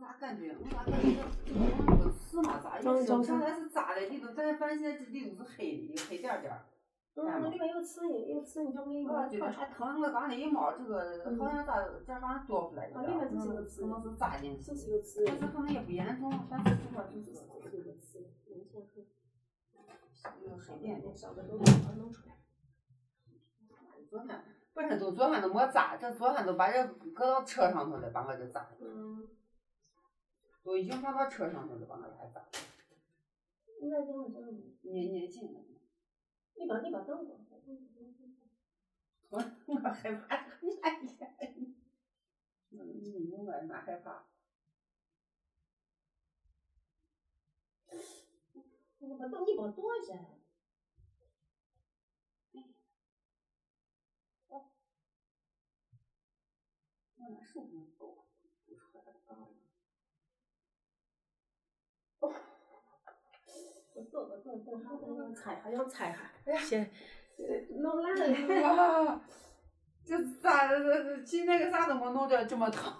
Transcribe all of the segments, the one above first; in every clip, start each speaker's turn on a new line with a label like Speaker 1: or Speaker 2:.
Speaker 1: 啥感觉？我咋感觉这这东西不刺嘛？咋
Speaker 2: 张
Speaker 1: 又是
Speaker 2: 张
Speaker 1: 上来是扎的里头，但是反正现在这里头是黑的，黑点儿点儿。
Speaker 2: 嗯，里面有刺，有刺你就没有
Speaker 1: 我觉得
Speaker 2: 看出
Speaker 1: 还疼，我刚才一摸这个好像咋这好像掉出来一
Speaker 2: 啊里面就是有
Speaker 1: 样，
Speaker 2: 刺
Speaker 1: 可能是扎进去
Speaker 2: 这。是一个刺，
Speaker 1: 但是可能也不严重，但是这块儿就是
Speaker 2: 这是一个刺，能先看。
Speaker 1: 有个黑点点。
Speaker 2: 小的都能能弄出来。
Speaker 1: 昨天不是都昨天都没扎，这昨天都把这搁到车上头了，把我这扎，
Speaker 2: 嗯，
Speaker 1: 都已经放到车上头了，把我这还扎。
Speaker 2: 你在等我等你，
Speaker 1: 捏捏紧了，
Speaker 2: 你把你把灯嗯关上。
Speaker 1: 我我害怕， 哎呀，嗯你明白哪害怕？
Speaker 2: 你把灯你把躲一下。
Speaker 1: 我哪手嗯不能抖，不出来了，刚刚
Speaker 2: 我坐我坐 坐，还要踩还要踩还。
Speaker 1: 哎呀
Speaker 2: 先弄烂 了。
Speaker 1: 哇，这咋这去那个啥都没弄着，这么疼。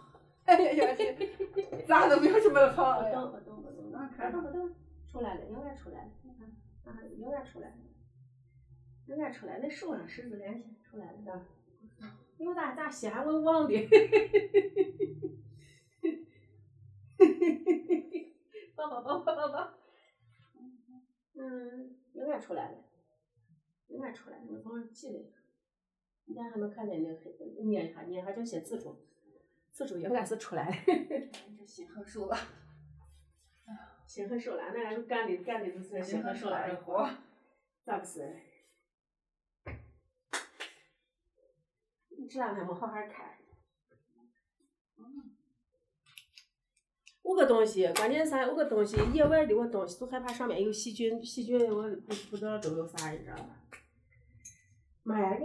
Speaker 1: 哎呀，这咋都没有这么疼。
Speaker 2: 我
Speaker 1: 哎呀
Speaker 2: 等我等我等，我等我等，出来了，应该出来了，你看，啊，应该出来了，应该出来，那手上十字连线出来了，是吧？因为咋咋闲我忘 的，爸爸爸爸爸爸，嗯，应该出来了，应该出来了，那帮人记了一下，你看还能看见那个黑，捏一下捏一下就写字处，字处应该是出来了。
Speaker 1: 这心疼受了，
Speaker 2: 血和手了，那俺干的干的都是血和手
Speaker 1: 哎
Speaker 2: 了，这活， 咋不是？你这两天没好好看。
Speaker 1: 嗯
Speaker 2: 五个东西，关键啥？五个东西，野外的我东西都害怕上面有细菌，细菌我不不知道都有啥，你知道吧？妈呀！